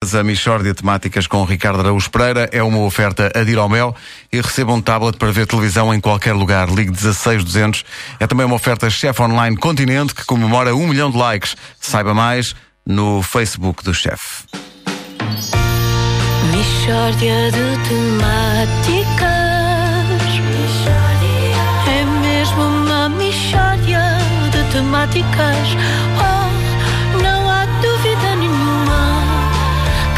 a Michórdia Temáticas com Ricardo Araújo Pereira é uma oferta a dir ao mel e receba um tablet para ver televisão em qualquer lugar. Ligue 16200. É também uma oferta Chef Online Continente que comemora um milhão de likes. Saiba mais no Facebook do Chef. Mishória de temáticas É mesmo uma mishória de temáticas Oh, não há dúvida nenhuma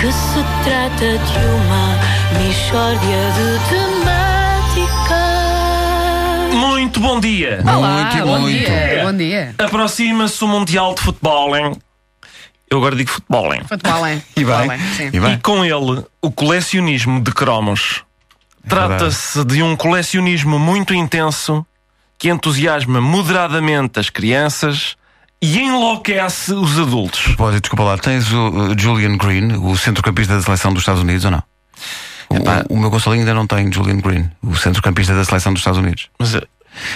Que se trata de uma mishória de temáticas Muito bom dia! Olá, Muito, bom muito. dia. Bom dia. Aproxima-se o Mundial de Futebol, hein? Eu agora digo futebol, hein? Futebol, hein? E Futebol, bem, hein? Sim. e E bem. com ele, o colecionismo de cromos. Trata-se de um colecionismo muito intenso que entusiasma moderadamente as crianças e enlouquece os adultos. Pode, desculpa lá, tens o uh, Julian Green, o centrocampista da seleção dos Estados Unidos ou não? O- O, meu Gonçalinho ainda não tem Julian Green, o centrocampista da seleção dos Estados Unidos. Mas eh,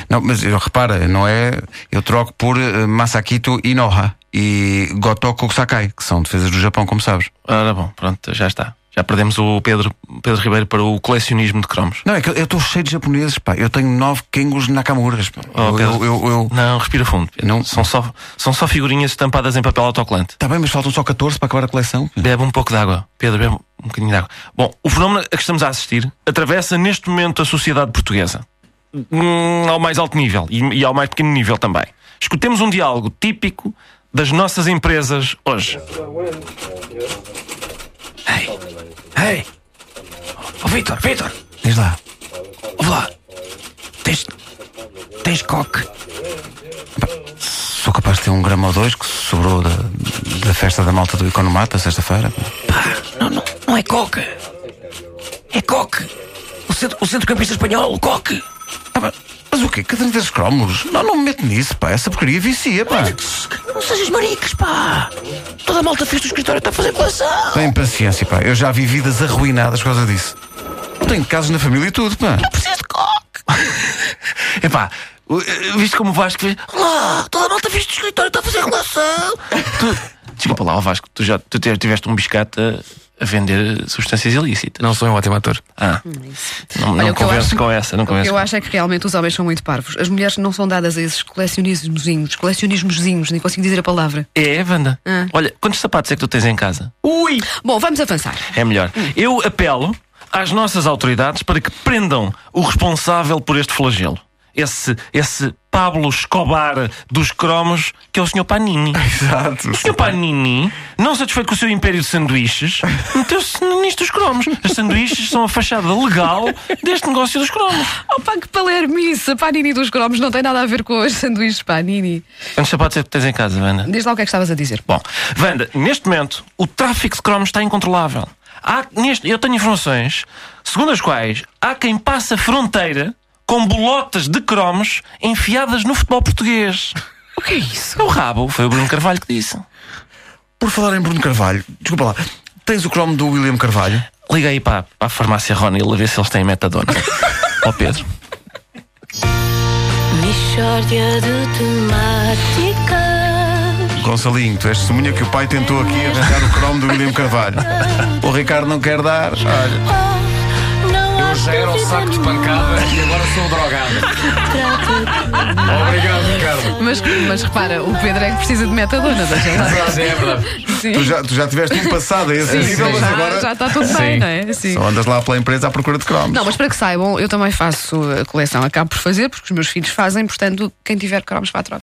Não, mas eu, repara, não é. Eu troco por eh, Masakito Inoha e Gotoko Sakai, que são defesas do Japão, como sabes. Ora bom, pronto, já está. Já perdemos o Pedro, Pedro Ribeiro para o colecionismo de cromos. Não, é que eu estou cheio de japoneses, pá. Eu tenho nove Kengus Nakamuras. pá. Oh, eu, eu, Pedro. eu, eu- Não, respira fundo. Pedro. Não. São, só, são só figurinhas estampadas em papel autocolante. Tá bem, mas faltam só 14 para acabar a coleção. Bebe um pouco de água. Pedro, bebe um bocadinho de água. Bom, o fenómeno a que estamos a assistir atravessa neste momento a sociedade portuguesa. Hum, ao mais alto nível e, e ao mais pequeno nível também. Escutemos um diálogo típico das nossas empresas hoje. Ei! Ei! Oh, Ó Vitor, Vitor! Diz lá. Ouve lá! Tens. Tens coque? Sou capaz de ter um grama ou dois que sobrou da, da festa da malta do Economata, sexta-feira. pá. Não, não, não é Coque. É Coque. O, centro, o centrocampista espanhol, o Coque. Ah, pá, mas o quê? 43 cromos? Não, não me meto nisso, pá. Essa porcaria vicia, pá. Não sejas maricas, pá. Toda a malta fez do escritório está a fazer coleção. Tem paciência, pá. Eu já vi vidas arruinadas por causa disso. Eu tenho casos na família e tudo, pá. Preciso de Coque. Epá, o- eh, viste como o Vasco fez. Lá, toda a malta fez do escritório está a fazer coleção. Tu- Desculpa lá, ó Vasco, tu já tu te- tiveste um biscate a, a vender substâncias ilícitas. Não sou um ótimo ator. Ah, não, Hum, é Olha, não o que eu converso acho- com essa, não O que converso. eu com- acho é que realmente os homens são muito parvos. As mulheres não são dadas a esses colecionismozinhos, colecionismozinhos, nem consigo dizer a palavra. É, Wanda. Ah. Olha, quantos sapatos é que tu tens em casa? Bom, vamos avançar. É melhor. Eu apelo às nossas autoridades para que prendam o responsável por este flagelo. Esse, esse Pablo Escobar dos cromos, que é o Sr. Panini. Exato. O Sr. Panini, não satisfeito com o seu império de sanduíches, meteu-se nisto dos cromos. As sanduíches são a fachada legal deste negócio dos cromos. Opa, Oh, que palermice! Panini dos cromos não tem nada a ver com os sanduíches Panini. Quantos sapatos é que tens em casa, Wanda? Diz lá o que é que estavas a dizer. Bom, Wanda, neste momento o tráfico de cromos está incontrolável. Há, neste, eu tenho informações segundo as quais há quem passa a fronteira com bolotas de cromos enfiadas no futebol português. O que é isso? É o rabo, foi o Bruno Carvalho que disse. Por falar em Bruno Carvalho, desculpa lá. Tens o cromo do William Carvalho? Liga aí para, para a farmácia Ronil a ver se eles têm metadona. Ó Pedro. Mishória de temáticas Gonçalinho, tu és testemunha que o pai tentou aqui arranjar o cromo do William Carvalho. O Ricardo não quer dar. Olha. Oh, não há Já era um dúvida saco de nenhuma. pancada e agora sou drogado. Obrigado, Ricardo. Mas, mas repara, o Pedro é que precisa de metadona, deixa lá. Frase é verdade. Sim. Tu já, tu já tiveste um passado a esse Sim, nível, mas já, agora. já está tudo bem, Sim. não é? Sim. Só andas lá pela empresa à procura de cromos. Não, mas para que saibam, eu também faço a coleção, acabo por fazer, porque os meus filhos fazem, portanto, quem tiver cromos para a troca.